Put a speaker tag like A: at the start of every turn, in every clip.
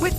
A: With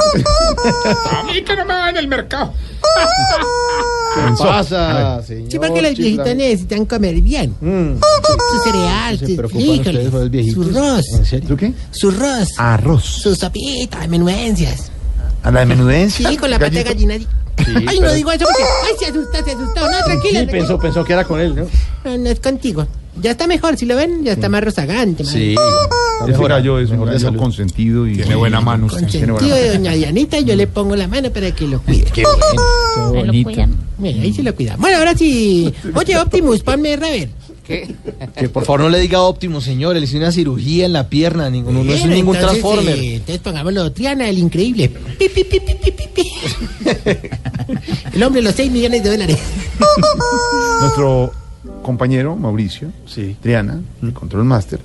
B: A mí que no me va en el mercado.
C: pasa, señor?
D: Sí, porque los viejitos
C: Chiflame?
D: necesitan comer bien. Oh, Su cereal,
C: Mm. Se
D: sus
C: preocupan
D: frijoles,
C: ustedes por los viejitos.
D: su arroz,
C: ¿En serio? ¿Tú qué?
D: su arroz,
C: Arroz.
D: su sopita, menudencias.
C: ¿A la de menudencia?
D: Sí, con la pata de
C: Gallito.
D: gallina. así.
C: Sí,
D: Ay,
C: pero-
D: no digo eso porque... Ay, se asustó, se asustó. No, tranquila.
C: Sí,
D: tranquila.
C: pensó, pensó que era con él, ¿no?
D: No, no es contigo. Ya está mejor, si lo ven, ya está más rozagante. más
C: Mejor a yo, es
E: Mejor de ser consentido y.
B: Tiene buena mano usted.
D: Consentido de doña Dianita, yo le pongo la mano para que lo cuide. Mira, ahí se lo cuida. Bueno, ahora sí. Oye, Optimus, ponme rever.
F: Que por favor no le diga óptimo, señor. Él hizo una cirugía en la pierna. Ninguno, no es
D: Bueno,
F: ningún
D: entonces,
F: transformer.
D: eh, entonces pongámoslo, Triana, el increíble. Pi, pi, pi, pi, pi, pi, pi. el hombre de los 6 millones de dólares.
E: Nuestro compañero Mauricio
C: Sí.
E: Triana,
F: Mm.
E: el Control Master,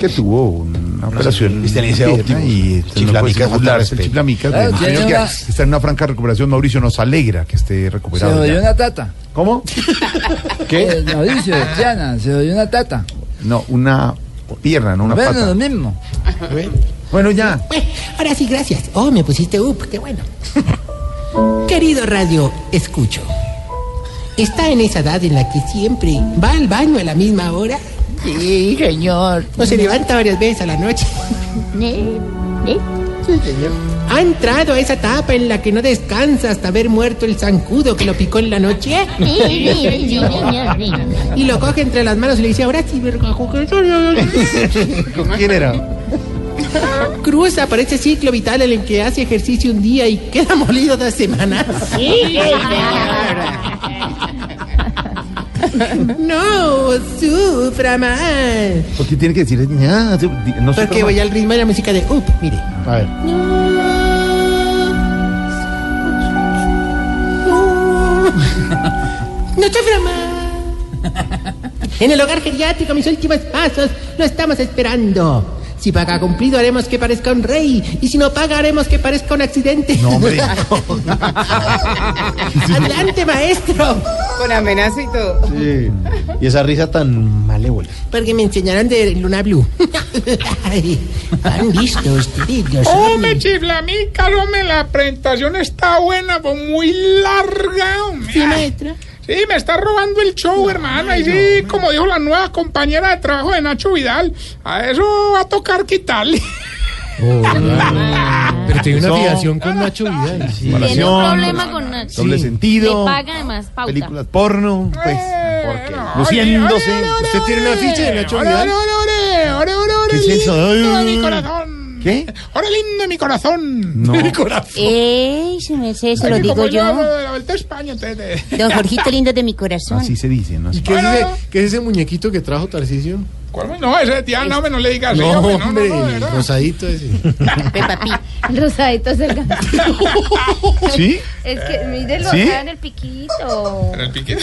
E: que tuvo una operación.
F: Usted le dice
E: en la
F: óptimo.
E: pierna Y entonces no
F: Chiflamicas,
E: puede
F: falta
E: burlarse,
F: respeto.
E: el chiflamicas,
F: Claro,
E: bueno,
F: Ah, tiene
E: creo que
F: una-
E: Está en una franca recuperación. Mauricio nos alegra que esté recuperado. ya.
F: tata.
E: ¿Cómo? ¿Qué?
F: Mauricio, Diana, se doy una tata.
E: No, una pierna, no una pata.
F: mismo.
E: Bueno, ya.
D: Bueno, Pues, ahora sí, gracias. Oh, me pusiste up, qué bueno. Querido Radio Escucho, está en esa edad en la que siempre va al baño a la misma hora
G: Sí, señor.
D: o se levanta varias veces a la noche.
G: ¿Eh? ¿Eh?
D: ¿Ha entrado a esa etapa en la que no descansa hasta haber muerto el zancudo que lo picó en la noche?
G: Sí, sí, sí, sí, señor, sí.
D: Y lo coge entre las manos y le dice, ahora sí, me recojo".
E: ¿Con quién era?
D: Cruza por ese ciclo vital en el que hace ejercicio un día y queda molido dos semanas. No, sufra más.
E: ¿Por qué tiene que decir? ña? No
F: Pues
E: sé
D: Porque
E: cómo-
D: voy al ritmo de la música de Up, mire.
E: A ver.
D: Uh. No sufra más. En el hogar geriátrico, mis últimos pasos, lo estamos esperando. Si paga cumplido, haremos que parezca un rey. Y si no paga, haremos que parezca un accidente.
E: No, hombre.
D: Adelante, maestro.
H: Con amenaza y todo.
E: Sí.
F: Y esa risa tan malévola.
D: Porque me enseñaron de Luna Blue. Ay, ¿Han visto ustedes los
B: Hombre,
D: ovnis?
B: chiflamica, hombre, la presentación está buena, pero muy larga, hombre.
D: Sí, maestro.
B: Sí, me está robando el show, hermano. Ahí sí, como dijo la nueva compañera de trabajo de Nacho Vidal, a eso va a tocar quitarle.
C: Pero tiene una fijación con Nacho Vidal.
G: Tiene
E: Comparación,
G: un problema con Nacho.
E: Doble sentido.
G: Le paga además pauta.
E: Películas porno. Pues,
B: Eh,
E: ¿por qué?
B: no,
E: Lo siento, sí.
B: oye, no,
E: ¿Usted
B: no,
E: tiene una ficha de Nacho
B: Ore,
E: Vidal?
B: ore, ore, ore, ore, ore,
E: ¿Qué es eso?
B: lindo de mi
E: Ay.
B: corazón.
E: ¿Qué?
B: Ore lindo de mi corazón.
E: No.
B: Mi corazón.
G: Ey, se me sé, se lo
B: Así
G: digo
B: como
G: yo.
B: hablo de la vuelta a España, te- te-
G: Don Jorgito lindo de mi corazón.
E: Así se dice, ¿no?
C: ¿Y qué es, ese, qué es ese muñequito que trajo Tarcisio?
B: ¿Cuál? No, ese tía, no, hombre, no le digas así, hombre, no,
C: hombre,
B: no, no,
C: el
B: de verdad.
C: rosadito ese.
G: Peppa Pig.
H: Rosadito cerca.
E: ¿Sí?
H: Es que mírenlo
E: ¿Sí?
H: acá en el piquito.
B: En el piquito.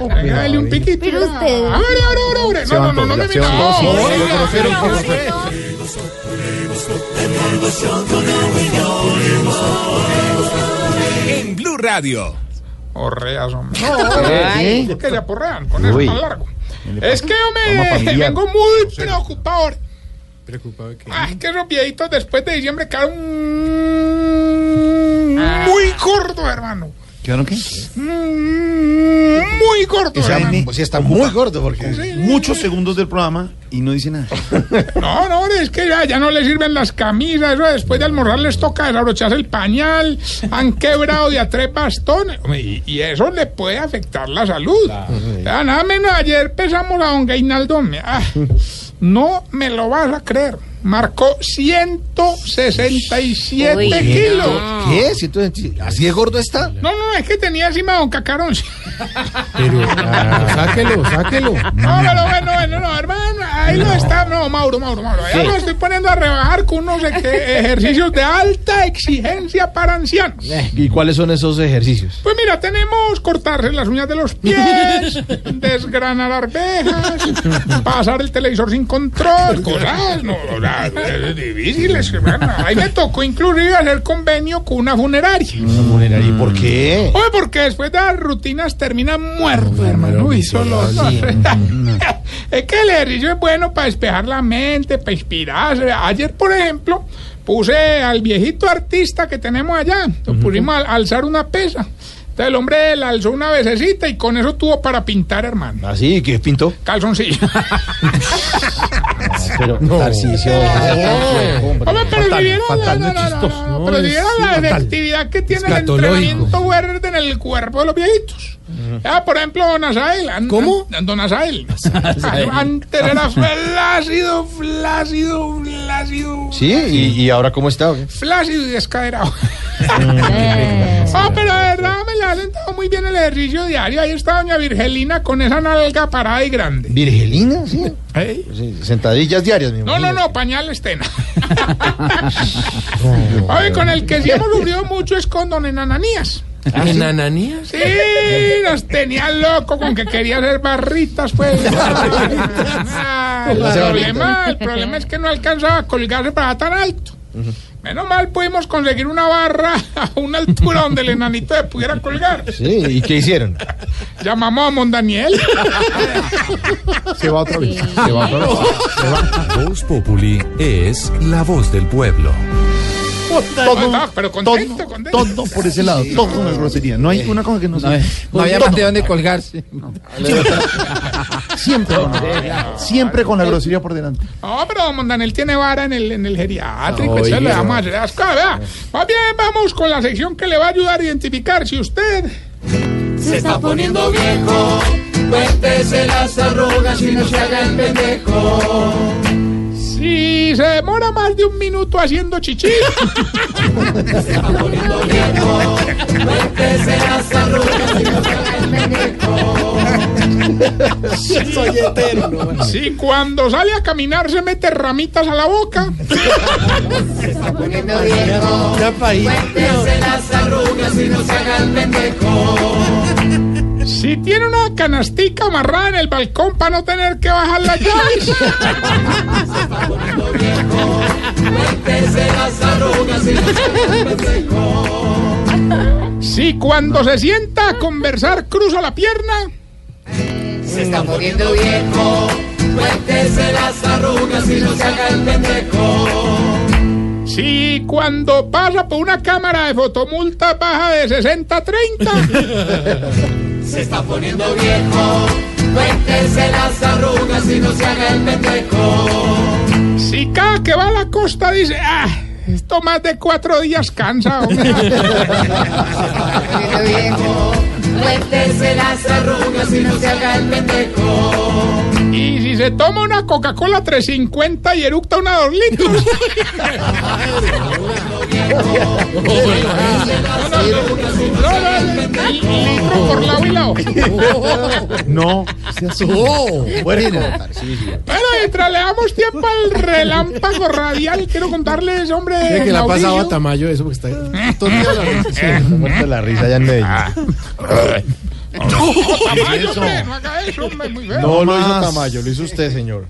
B: Venga, dale
E: ¿eh?
B: un piquito.
H: Pero usted-
B: Ahora, ahora, ahora, ahora.
E: Se
B: No,
E: van
B: no, no, no
E: todos,
B: me
E: ya, se van
B: miras.
E: todos.
B: No,
E: Sí,
B: no, no,
E: pero-
B: no, no, no.
I: En Blue Radio.
B: Orreas, hombre. No, que se aporrean con eso
E: Uy.
B: tan largo. Es que,
E: Vamos a
B: hombre, eh,
E: familiar.
B: vengo muy preocupado. ahora.
C: Preocupado de que.
B: Ah, es que esos viejitos después de diciembre quedaron muy gordos, hermano. Mm,
E: ¿Quedaron qué?
B: Muy gordos, hermano.
F: Sí, está muy gordo porque.
E: Muchos segundos del programa y no dice nada.
B: No, no, hombre, es que ya, ya no les sirven las camisas. eso después de almorzar les toca desabrocharse el pañal. Han quebrado de a tres bastones. hombre, Y, y eso le puede afectar la salud. Ah, Nada menos ayer pesamos a don Gainaldo. hombre, ah, no me lo vas a creer. marcó 167
F: Uy,
B: kilos.
F: no. ¿Qué? 167. ¿Así de gordo está?
B: No, no, es que tenía encima don Cacarón.
C: Pero, ah, sáquelo, sáquelo.
B: No, no, no, bueno, bueno, no, hermano, ahí lo está, no, Mauro, Mauro, Mauro, ya
C: Sí.
B: lo estoy poniendo a rebajar con unos e- que- ejercicios de alta exigencia para ancianos.
F: Eh, ¿Y cuáles son esos ejercicios?
B: Pues mira, tenemos cortarse las uñas de los pies, desgranar arvejas, pasar el televisor sin control, cosas, no, o sea, es difíciles, hermano. Ahí me tocó inclusive hacer convenio con una funeraria.
F: ¿Y por qué?
B: Oye, porque después de las rutinas termina muerto, hermano. Uy, solo. es que el ejercicio es bueno para despejar la mente, para inspirarse. Ayer, por ejemplo, puse al viejito artista que tenemos allá, lo pusimos a alzar una pesa. Entonces el hombre la alzó una vececita y con eso tuvo para pintar, hermano.
F: ¿Así? ¿Qué pintó?
B: Calzoncillo.
F: Pero, Tarcisio.
B: Eh, Hombre, Ah, pero si vieran
C: fatal, no
B: la, no, no, no,
C: chistoso.
B: no,
C: No,
B: pero si
C: es
B: vieran la
C: fatal.
B: efectividad que tiene el
C: Escatológico.
B: entrenamiento fuerte en el cuerpo de los viejitos. Ya, por ejemplo, Don Asael. an-
C: ¿Cómo?
B: an- Don Asael.
F: Azael.
B: Antes era flácido, flácido, flácido.
F: ¿Sí? ¿Y, y ahora cómo está? o qué?
B: Flácido y descaderado. Ah, pero de verdad me le ha sentado muy bien el ejercicio diario. Ahí está Doña Virgelina con esa nalga parada y grande.
F: ¿Virgelina? ¿Sí?
B: ¿Eh?
F: Sí, Sentadillas diarias, mi
B: No, no, no, pañales tena. Oye, con el que sí hemos sufrido mucho es con don Enananías.
C: ¿En ananías?
B: Sí, nos tenía loco con que quería hacer barritas, pues. Ah, el,
F: Hacer
B: problema, el problema es que no alcanzaba a colgarse para tan alto. Menos mal pudimos conseguir una barra a una altura donde el enanito se pudiera colgar.
F: Sí, ¿y qué hicieron?
B: Llamamos a Mondaniel.
E: Se va otra vez. Se va otra vez.
J: Voz Populi es la voz del pueblo.
B: Ah, pero contento, contento.
E: Todo por ese lado, todo una grosería. No hay una cosa que no sea.
F: No había más de dónde colgarse.
E: Siempre con la, siempre con la grosería por delante.
B: No, pero don Mondanel tiene vara en el, en el geriátrico,
C: Oiga.
B: entonces le vamos a hacer las cosas, ¿verdad? Más bien, vamos con la sección que le va a ayudar a identificar si usted...
D: Se está poniendo viejo, cuéntese las arrugas y no se haga el pendejo.
B: Si se demora más de un minuto haciendo chichi,
D: Cuéntese las arrugas y no se haga el pendejo. Soy eterno.
B: si cuando sale a caminar se mete ramitas a la boca,
C: Ya país.
D: Cuéntese las arrugas y no se haga el pendejo.
B: si tiene una canastica amarrada en el balcón para no tener que bajar las llaves,
D: Cuéntese las arrugas y no se haga el pendejo.
B: si cuando se sienta a conversar cruza la pierna,
D: Se está poniendo viejo. Cuéntese las arrugas y no se haga el pendejo.
B: si cuando pasa por una cámara de fotomulta baja de 60 a 30,
D: Se está poniendo viejo. Cuéntese las arrugas y no se haga el pendejo.
B: si cada que va a la costa dice, ah, esto más de cuatro días cansa, hombre".
D: viejo. Cuéntese las arrugas y no se haga el pendejo.
B: Y si se toma una Coca-Cola 350 y eructa una dos litros. No, no, no, litro por lado y lado.
E: No, sea
B: Pero mientras le damos tiempo al relámpago radial, quiero contarles, hombre.
C: Mira que la
B: Mauricio.
C: pasaba a Tamayo eso porque está todo el día la risa.
F: Muerto la risa allá en Medellín.
B: Ah. Ay, hombre, no haga eso, hombre, muy feo.
F: No lo hizo
E: más.
F: Tamayo, lo hizo usted, señor.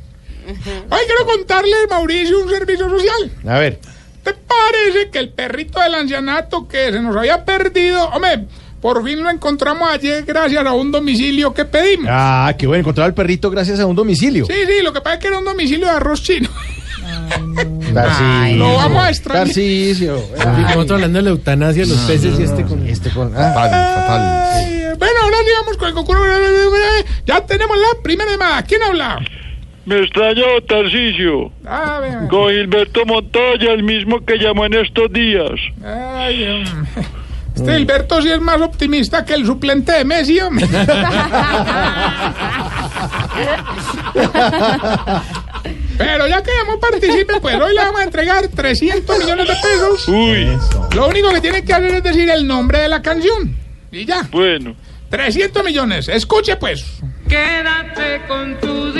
B: Ay, quiero contarles, Mauricio, un servicio social.
F: A ver.
B: ¿Te parece que el perrito del ancianato que se nos había perdido, hombre, por fin lo encontramos ayer gracias a un domicilio que pedimos?
F: Ah, qué bueno, encontrar al perrito gracias a un domicilio.
B: Sí, sí, lo que pasa es que era un domicilio de arroz chino.
F: Tarcisio.
B: Lo vamos a extrañar.
F: Tarcisio.
C: Y nosotros hablando de la eutanasia, los peces y este con.
F: Este con. Ah.
B: Ay, bueno, ahora sí vamos con el concurso. Ya tenemos la primera llamada. ¿Quién habla? Ah,
K: Me extrañó Tarcisio,
B: A ver.
K: con Gilberto Montoya, el mismo que llamó en estos días.
B: Ay, em, este Alberto sí es más optimista que el suplente de Messi, hombre. Pero ya que llamó participe, pues hoy le vamos a entregar 300 millones de pesos.
K: Uy.
B: Lo único que tiene que hacer es decir el nombre de la canción. Y ya.
K: Bueno.
B: 300 millones. Escuche pues.
L: Quédate con tu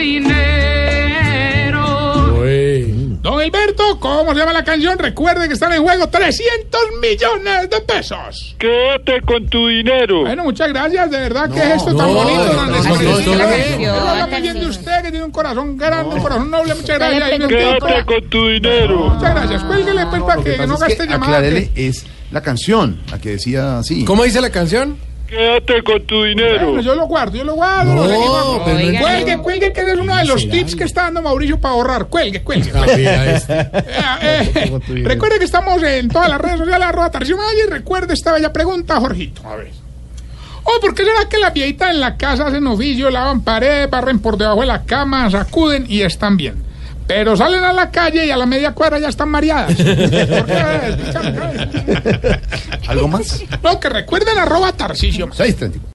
L: dinero.
B: Don Gilberto, ¿cómo se llama la canción? Recuerde que están en juego 300 millones de pesos.
K: Quédate con tu dinero.
B: Bueno, muchas gracias, de verdad, que es esto tan
K: no,
B: bonito.
K: no,
B: don
K: no,
B: Andrés
K: no,
B: Felipe?
K: no, no,
B: Yo
K: no,
B: lo
K: no,
B: hablo bien de usted, que tiene un corazón grande, un corazón noble, muchas gracias. Ahí me
K: Quédate
B: encanta.
K: con tu dinero.
B: Muchas gracias, cuélguele pues para que
E: pasa
B: no
E: es que
B: gaste llamada. pues.
E: Aclarele es la canción, la que decía así.
C: ¿Cómo dice la canción?
K: Quédate con tu dinero.
B: Bueno, yo lo guardo, yo lo guardo.
C: No,
B: lo guardo.
C: pero no
B: Cuelgue,
C: es-
B: cuelgue, cuelgue, que es uno de los tips que está dando Mauricio para ahorrar. Cuelgue, cuelgue.
E: Ah,
B: Eh, eh, recuerde que estamos en todas las redes sociales, arroba Tarcisio Maya, y recuerde esta bella pregunta, Jorgito. A ver. Oh, ¿por qué será que las viejitas en la casa hacen oficio, lavan pared, barren por debajo de la cama, sacuden y están bien? Pero salen a la calle y a la media cuadra ya están mareadas. ¿Por qué? Explícame, a ver.
E: ¿Algo más?
B: No, que recuerden arroba Tarcisio Maya.